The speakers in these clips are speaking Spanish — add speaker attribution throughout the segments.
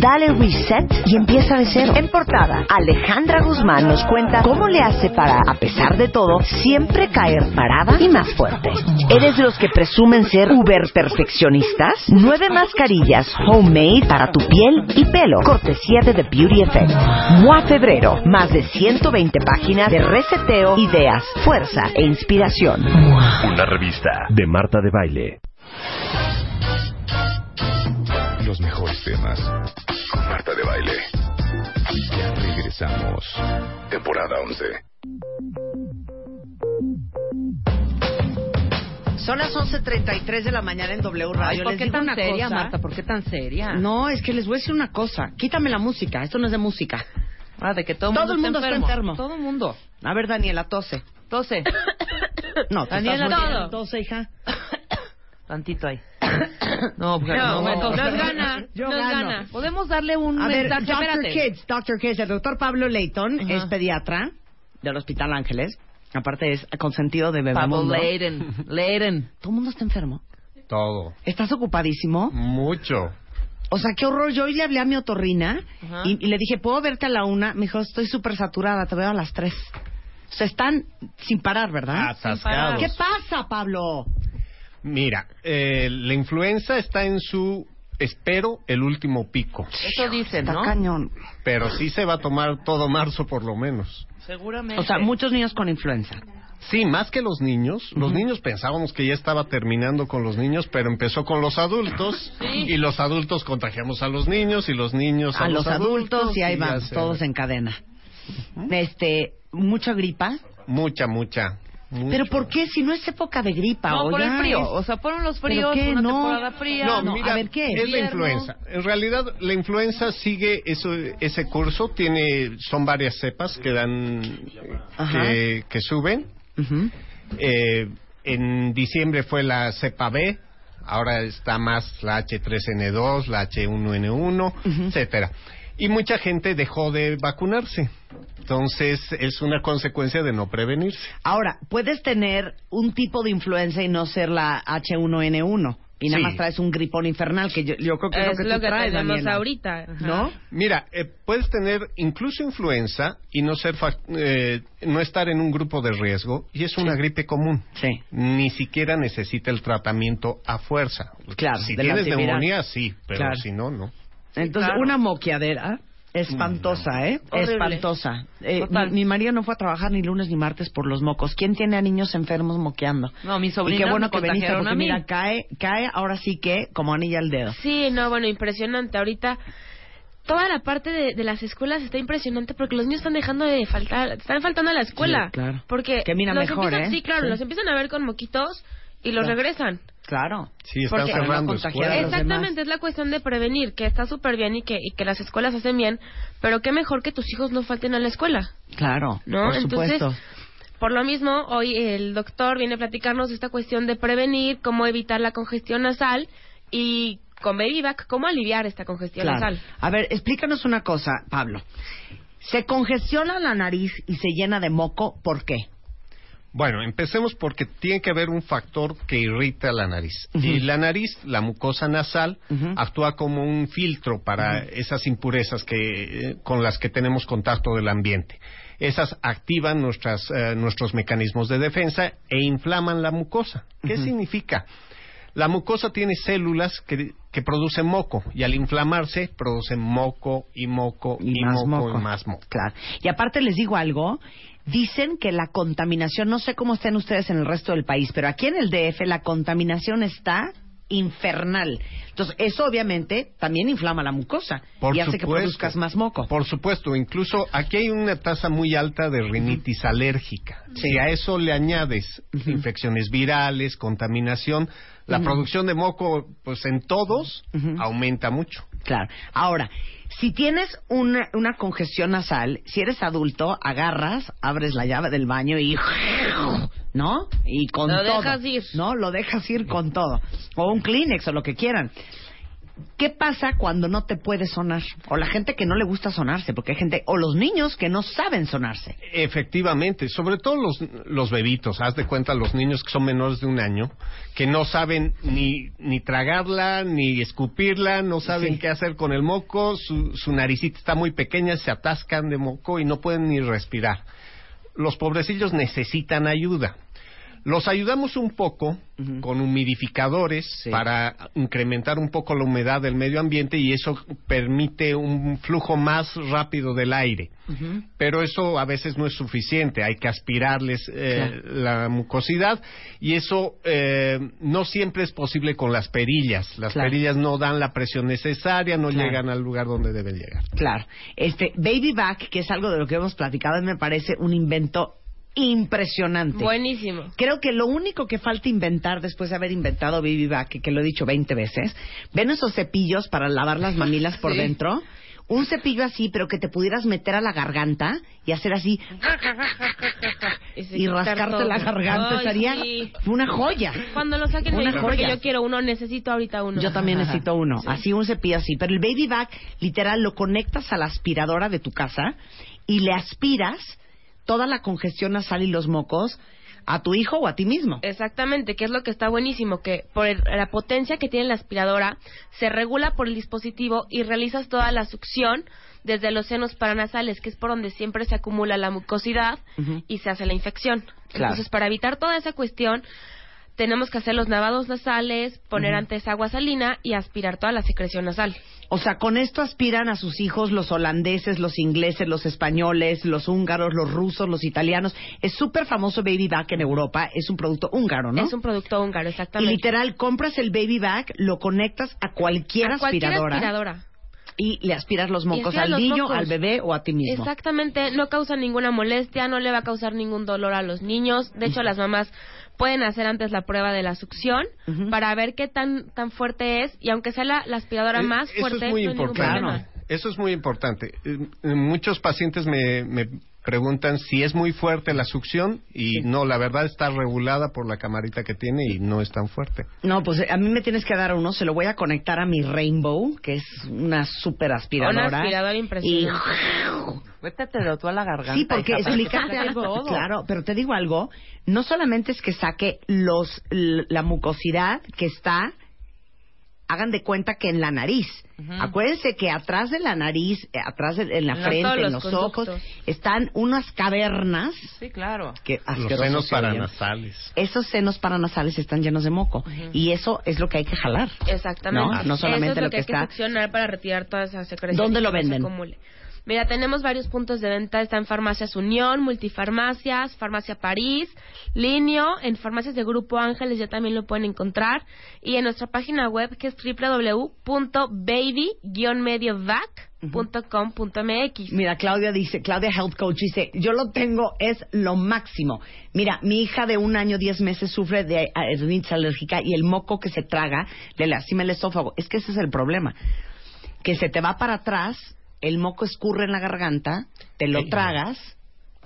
Speaker 1: Dale reset y empieza de cero. En portada, Alejandra Guzmán nos cuenta cómo le hace para, a pesar de todo, siempre caer parada y más fuerte. ¿Eres de los que presumen ser uber perfeccionistas? Nueve mascarillas homemade para tu piel y pelo. Cortesía de The Beauty Effect. MOA Febrero. Más de 120 páginas de reseteo, ideas, fuerza e inspiración.
Speaker 2: Una revista de Marta de Baile.
Speaker 3: Los mejores temas con Marta de Baile. Ya regresamos. Temporada 11.
Speaker 1: Son las 11.33 de la mañana en W Radio.
Speaker 4: Ay, ¿Por
Speaker 1: Les
Speaker 4: qué
Speaker 1: digo
Speaker 4: tan
Speaker 1: una
Speaker 4: seria,
Speaker 1: cosa.
Speaker 4: Marta? ¿Por qué tan seria?
Speaker 1: No, es que les voy a decir una cosa. Quítame la música. Esto no es de música.
Speaker 4: Ah, de que todo,
Speaker 1: Todo el mundo está enfermo.
Speaker 4: Todo el mundo.
Speaker 1: A ver, Daniela, tose.
Speaker 4: Tose.
Speaker 1: No, te
Speaker 4: Daniela,
Speaker 1: estás muriendo.
Speaker 4: todo.
Speaker 1: Tose, hija.
Speaker 4: Tantito ahí. No, porque
Speaker 1: No,
Speaker 4: no,
Speaker 1: me
Speaker 4: no.
Speaker 1: toca.
Speaker 5: Nos gana,
Speaker 1: Yo
Speaker 5: nos
Speaker 1: gano.
Speaker 5: gana.
Speaker 4: Podemos darle un
Speaker 1: A ver,
Speaker 4: mensaje.
Speaker 1: Dr.
Speaker 4: espérate.
Speaker 1: Kids, Dr. Kids, el doctor Pablo Leighton
Speaker 4: Ajá.
Speaker 1: es pediatra del Hospital Ángeles. Aparte es consentido de
Speaker 4: Pablo
Speaker 1: Bebemundo.
Speaker 4: Leiden. Leiden.
Speaker 1: Todo el mundo está enfermo.
Speaker 6: Todo.
Speaker 1: ¿Estás ocupadísimo?
Speaker 6: Mucho.
Speaker 1: O sea, qué horror. Yo hoy le hablé a mi otorrina
Speaker 4: Ajá.
Speaker 1: y, y le dije, ¿puedo verte a la una? Me dijo, estoy súper saturada, te veo a las tres. O sea, están sin parar,
Speaker 6: Ah,
Speaker 1: ¿verdad?
Speaker 6: Atascados.
Speaker 1: ¿Ah? ¿Qué pasa, Pablo?
Speaker 6: Mira, eh, la influenza está en su, espero, el último pico.
Speaker 4: Eso dicen,
Speaker 1: Está
Speaker 4: ¿no?
Speaker 1: cañón.
Speaker 6: Pero sí se va a tomar todo marzo por lo menos.
Speaker 4: Seguramente.
Speaker 1: O sea, muchos niños con influenza.
Speaker 6: Sí, más que los niños. Los niños pensábamos que ya estaba terminando con los niños, pero empezó con los adultos. Y los adultos contagiamos a los niños y los niños a,
Speaker 1: a los adultos, y ahí
Speaker 6: ya
Speaker 1: van,
Speaker 6: se-
Speaker 1: todos en cadena. Este, mucha gripa.
Speaker 6: Mucha, mucha. mucho.
Speaker 1: ¿Pero por qué? Si no es época de gripa.
Speaker 4: No,
Speaker 1: o
Speaker 4: por
Speaker 1: ya
Speaker 4: el frío.
Speaker 1: es-
Speaker 4: O sea, fueron los
Speaker 1: ¿Pero
Speaker 4: fríos,
Speaker 1: qué?
Speaker 4: una
Speaker 1: No.
Speaker 4: temporada fría.
Speaker 6: No,
Speaker 1: no,
Speaker 6: mira,
Speaker 1: a ver, ¿qué?
Speaker 6: es la
Speaker 4: Invierno.
Speaker 6: influenza. En realidad, la influenza sigue eso, ese curso, tiene, son varias cepas que dan,
Speaker 1: Ajá.
Speaker 6: que, que suben.
Speaker 1: Ujú.
Speaker 6: Eh, en diciembre fue la cepa B, ahora está más la H3N2, la H1N1, etcétera. Y mucha gente dejó de vacunarse. Entonces, es una consecuencia de no prevenirse.
Speaker 1: Ahora, puedes tener un tipo de influenza y no ser la H1N1. Y nada
Speaker 6: Sí.
Speaker 1: más traes un gripón infernal, que yo, yo creo que es lo que, tú traes,
Speaker 5: tenemos
Speaker 4: pues,
Speaker 1: Daniela.
Speaker 5: ahorita.
Speaker 1: ¿No?
Speaker 6: Mira, eh, puedes tener incluso influenza y no ser fac- eh, no estar en un grupo de riesgo y es una gripe común.
Speaker 1: Sí.
Speaker 6: Ni siquiera necesita el tratamiento a fuerza.
Speaker 1: Claro,
Speaker 6: si
Speaker 1: del
Speaker 6: tienes
Speaker 1: antiviral.
Speaker 6: neumonía sí, pero
Speaker 1: Claro.
Speaker 6: si no no.
Speaker 1: Entonces, una moqueadera espantosa, ¿eh?
Speaker 4: Horrible.
Speaker 1: Espantosa. Eh,
Speaker 4: Total.
Speaker 1: mi, mi marido no fue a trabajar ni lunes ni martes por los mocos. ¿Quién tiene a niños enfermos moqueando?
Speaker 4: No, mi
Speaker 1: Y
Speaker 4: sobrina
Speaker 1: qué bueno
Speaker 4: me
Speaker 1: que viniste,
Speaker 4: contagiaron
Speaker 1: porque
Speaker 4: a mí.
Speaker 1: mira, cae, cae ahora sí que como anilla al dedo.
Speaker 5: Sí, no, bueno, impresionante. Ahorita toda la parte de, de las escuelas está impresionante porque los niños están dejando de faltar, están faltando a la escuela.
Speaker 1: Sí, claro.
Speaker 5: Porque
Speaker 1: Que mira,
Speaker 5: los
Speaker 1: mejor,
Speaker 5: empiezan,
Speaker 1: ¿eh?
Speaker 5: sí, claro,
Speaker 1: Sí.
Speaker 5: los empiezan a ver con moquitos y los
Speaker 1: Claro.
Speaker 5: regresan.
Speaker 1: Claro.
Speaker 6: Sí, están
Speaker 1: Porque-
Speaker 6: cerrando
Speaker 1: para no contagiar a
Speaker 6: escuelas.
Speaker 1: los demás.
Speaker 5: Exactamente, es la cuestión de prevenir, que está súper bien y que, y que las escuelas hacen bien, pero qué mejor que tus hijos no falten a la escuela.
Speaker 1: Claro,
Speaker 5: ¿no?
Speaker 1: por
Speaker 5: Entonces,
Speaker 1: supuesto.
Speaker 5: por lo mismo, hoy el doctor viene a platicarnos de esta cuestión de prevenir, cómo evitar la congestión nasal y con Babyvac, cómo aliviar esta congestión
Speaker 1: Claro.
Speaker 5: nasal.
Speaker 1: A ver, explícanos una cosa, Pablo. Se congestiona la nariz y se llena de moco, ¿por qué?
Speaker 6: Bueno, empecemos porque tiene que haber un factor que irrita la nariz.
Speaker 1: Ujú.
Speaker 6: Y la nariz, la mucosa nasal,
Speaker 1: Ujú.
Speaker 6: actúa como un filtro para esas impurezas que, eh, con las que tenemos contacto del ambiente. Esas activan nuestras, eh, nuestros mecanismos de defensa e inflaman la mucosa. ¿Qué significa? La mucosa tiene células que, que producen moco y al inflamarse producen moco y moco y, moco y más moco.
Speaker 1: Claro. Y aparte les digo algo, dicen que la contaminación, no sé cómo estén ustedes en el resto del país, pero aquí en el DF la contaminación está infernal. Entonces, eso obviamente también inflama la mucosa
Speaker 6: Por
Speaker 1: y hace que
Speaker 6: supuesto.
Speaker 1: produzcas más moco.
Speaker 6: Por supuesto, incluso aquí hay una tasa muy alta de rinitis alérgica. Si a eso le añades infecciones virales, contaminación, la producción de moco, pues en todos, aumenta mucho.
Speaker 1: Claro. Ahora, si tienes una, una congestión nasal, si eres adulto, agarras, abres la llave del baño y... ¿No? Y con
Speaker 5: Lo
Speaker 1: todo.
Speaker 5: dejas ir.
Speaker 1: No, lo dejas ir con todo. O un Kleenex o lo que quieran. ¿Qué pasa cuando no te puede sonar? O la gente que no le gusta sonarse, porque hay gente, o los niños que no saben sonarse.
Speaker 6: Efectivamente, sobre todo los, los bebitos, haz de cuenta los niños que son menores de un año, que no saben ni, ni tragarla, ni escupirla, no saben
Speaker 1: Sí.
Speaker 6: qué hacer con el moco, su, su naricita está muy pequeña, se atascan de moco y no pueden ni respirar. Los pobrecillos necesitan ayuda. Los ayudamos un poco
Speaker 1: Ujú.
Speaker 6: con humidificadores
Speaker 1: Sí.
Speaker 6: para incrementar un poco la humedad del medio ambiente y eso permite un flujo más rápido del aire pero eso a veces no es suficiente. Hay que aspirarles eh, la mucosidad y eso eh, no siempre es posible con las perillas. Las
Speaker 1: Claro.
Speaker 6: perillas no dan la presión necesaria, no
Speaker 1: Claro.
Speaker 6: llegan al lugar donde deben llegar.
Speaker 1: Claro. Este, Baby Back, que es algo de lo que hemos platicado, me parece un invento impresionante.
Speaker 5: Buenísimo.
Speaker 1: Creo que lo único que falta inventar después de haber inventado Baby Back, que, que lo he dicho 20 veces, ven esos cepillos para lavar las mamilas por
Speaker 4: Sí.
Speaker 1: dentro. Un cepillo así, pero que te pudieras meter a la garganta y hacer así
Speaker 5: se
Speaker 1: y
Speaker 5: quitar
Speaker 1: rascarte
Speaker 5: todo.
Speaker 1: la garganta.
Speaker 5: Ay,
Speaker 1: Sería
Speaker 5: sí.
Speaker 1: una joya.
Speaker 5: Cuando lo saquen, me
Speaker 1: Una
Speaker 5: dicen, porque
Speaker 1: joya.
Speaker 5: yo quiero uno, necesito ahorita uno.
Speaker 1: Yo también necesito uno, así un cepillo así. Pero el baby back, literal, lo conectas a la aspiradora de tu casa y le aspiras toda la congestión nasal y los mocos a tu hijo o a ti mismo.
Speaker 5: Exactamente, que es lo que está buenísimo, que por el- la potencia que tiene la aspiradora se regula por el dispositivo y realizas toda la succión desde los senos paranasales, que es por donde siempre se acumula la mucosidad
Speaker 1: Ujú.
Speaker 5: y se hace la infección.
Speaker 1: Claro.
Speaker 5: Entonces, para evitar toda esa cuestión, tenemos que hacer los lavados nasales, poner
Speaker 1: Ujú.
Speaker 5: antes agua salina y aspirar toda la secreción nasal.
Speaker 1: O sea, con esto aspiran a sus hijos los holandeses, los ingleses, los españoles, los húngaros, los rusos, los italianos. Es súper famoso baby back en Europa, es un producto húngaro, ¿no?
Speaker 5: Es un producto húngaro,
Speaker 1: y
Speaker 5: exactamente.
Speaker 1: literal, compras el baby back, lo conectas a cualquier,
Speaker 5: A cualquier
Speaker 1: aspiradora,
Speaker 5: aspiradora.
Speaker 1: y le aspiras los mocos
Speaker 5: aspiras
Speaker 1: al
Speaker 5: los
Speaker 1: niño,
Speaker 5: mocos.
Speaker 1: al bebé o a ti mismo.
Speaker 5: Exactamente, no causa ninguna molestia, no le va a causar ningún dolor a los niños. De hecho, las mamás pueden hacer antes la prueba de la succión
Speaker 1: Ujú.
Speaker 5: para ver qué tan tan fuerte es y aunque sea la, la aspiradora
Speaker 6: Eh,
Speaker 5: más fuerte,
Speaker 6: Eso es muy
Speaker 5: no hay ningún
Speaker 6: importante.
Speaker 5: problema.
Speaker 6: Eso es muy importante. Eh, eh, Muchos pacientes me, me preguntan si es muy fuerte la succión y no, la verdad está regulada por la camarita que tiene y no es tan fuerte.
Speaker 1: No, pues eh, a mí me tienes que dar uno. Se lo voy a conectar a mi Rainbow, que es una super aspiradora.
Speaker 5: Una aspiradora impresionante.
Speaker 4: Métetelo tú a la garganta.
Speaker 1: Sí, porque
Speaker 4: hija, para que
Speaker 1: explicaste
Speaker 4: saques
Speaker 1: algo.
Speaker 4: todo.
Speaker 1: Claro, pero te digo algo. No solamente es que saque los l- la mucosidad que está, hagan de cuenta que en la nariz.
Speaker 4: Ujú.
Speaker 1: Acuérdense que atrás de la nariz, eh, atrás de- en la
Speaker 5: En los-
Speaker 1: frente,
Speaker 5: todos
Speaker 1: en los
Speaker 5: los
Speaker 1: ojos,
Speaker 5: conductos.
Speaker 1: están unas cavernas
Speaker 4: Sí, claro.
Speaker 1: que
Speaker 6: Los
Speaker 1: asquerosos
Speaker 6: senos
Speaker 1: se oyen.
Speaker 6: paranasales.
Speaker 1: Esos senos paranasales están llenos de moco y eso es lo que hay que jalar.
Speaker 5: Exactamente.
Speaker 1: No, no solamente
Speaker 5: Eso
Speaker 1: lo
Speaker 5: es lo,
Speaker 1: que
Speaker 5: que,
Speaker 1: está-
Speaker 5: hay que succionar para retirar toda esa secreción.
Speaker 1: ¿Dónde
Speaker 5: que
Speaker 1: lo
Speaker 5: no se
Speaker 1: venden?
Speaker 5: acumule. Mira, tenemos varios puntos de venta. Está en Farmacias Unión, Multifarmacias, Farmacia París, Linio, en Farmacias de Grupo Ángeles ya también lo pueden encontrar. Y en nuestra página web que es www.baby-mediovac.com.mx.
Speaker 1: Mira, Claudia dice, Claudia Health Coach dice, yo lo tengo, es lo máximo. Mira, mi hija de un año, diez meses sufre de artritis alérgica y el moco que se traga le lastima el esófago. Es que ese es el problema. Que se te va para atrás, el moco escurre en la garganta, te lo
Speaker 6: Sí.
Speaker 1: tragas.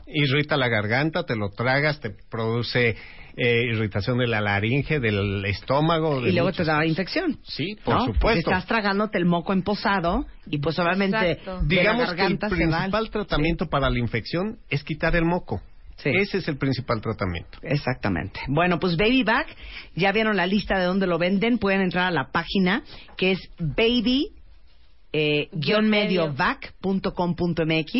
Speaker 6: irrita la garganta, te lo tragas, te produce eh, irritación de la laringe, del estómago. de
Speaker 1: Y luego te
Speaker 6: muchas-
Speaker 1: da infección.
Speaker 6: Sí, por
Speaker 1: ¿no? Porque
Speaker 6: supuesto.
Speaker 1: estás tragándote el moco emposado y pues obviamente
Speaker 5: Exacto.
Speaker 1: de
Speaker 6: Digamos
Speaker 1: la
Speaker 6: que el
Speaker 1: garganta se va al-
Speaker 6: principal tratamiento para la infección es quitar el moco.
Speaker 1: Sí.
Speaker 6: Ese es el principal tratamiento.
Speaker 1: Exactamente. Bueno, pues Baby Back, ya vieron la lista de dónde lo venden, pueden entrar a la página que es baby eh, guión medio back.com.mx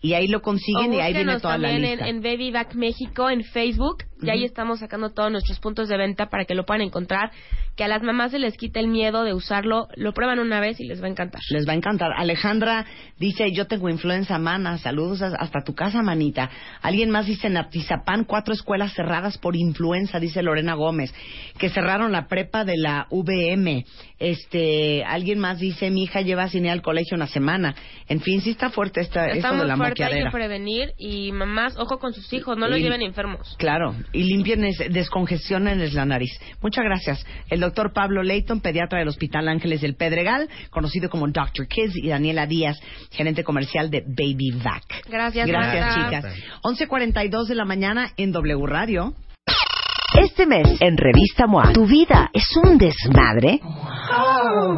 Speaker 1: y ahí lo consiguen
Speaker 5: O
Speaker 1: y ahí viene
Speaker 5: búsquenos
Speaker 1: toda la
Speaker 5: también en-
Speaker 1: lista.
Speaker 5: En, Baby Back México, en Facebook, y ahí
Speaker 1: Ujú.
Speaker 5: estamos sacando todos nuestros puntos de venta para que lo puedan encontrar, que a las mamás se les quite el miedo de usarlo, lo prueban una vez y les va a encantar.
Speaker 1: Les va a encantar. Alejandra dice, yo tengo influenza, mana. Saludos a- hasta tu casa, manita. Alguien más dice, en Atizapán, cuatro escuelas cerradas por influenza, dice Lorena Gómez, que cerraron la prepa de la VM. Este, alguien más dice, mi hija lleva sin ir al colegio una semana. En fin, sí está fuerte esta,
Speaker 5: Está
Speaker 1: esto de
Speaker 5: muy
Speaker 1: la
Speaker 5: fuerte, hay que
Speaker 1: moqueadera.
Speaker 5: prevenir, y mamás, ojo con sus hijos, no los
Speaker 1: Y-
Speaker 5: lleven enfermos.
Speaker 1: Claro, y limpien, descongestionen la nariz. Muchas gracias. El doctor Pablo Leighton, pediatra del Hospital Ángeles del Pedregal, conocido como Dr. Kids, y Daniela Díaz, gerente comercial de Baby Vac.
Speaker 5: Gracias,
Speaker 1: Gracias,
Speaker 5: Marta.
Speaker 1: chicas. 11.42 de la mañana en W Radio.
Speaker 7: Este mes, en Revista MOA, tu vida es un desmadre.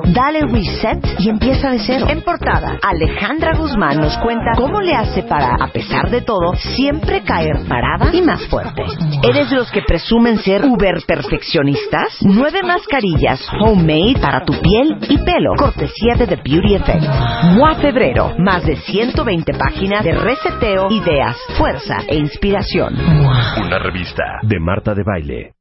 Speaker 1: Dale reset y empieza de cero. En portada, Alejandra Guzmán nos cuenta cómo le hace para, a pesar de todo, siempre caer parada y más fuerte. ¿Eres de los que presumen ser uber perfeccionistas? Nueve mascarillas homemade para tu piel y pelo. Cortesía de The Beauty Effect. Mua Febrero. Más de 120 páginas de reseteo, ideas, fuerza e inspiración.
Speaker 2: Una revista de Marta de Baile.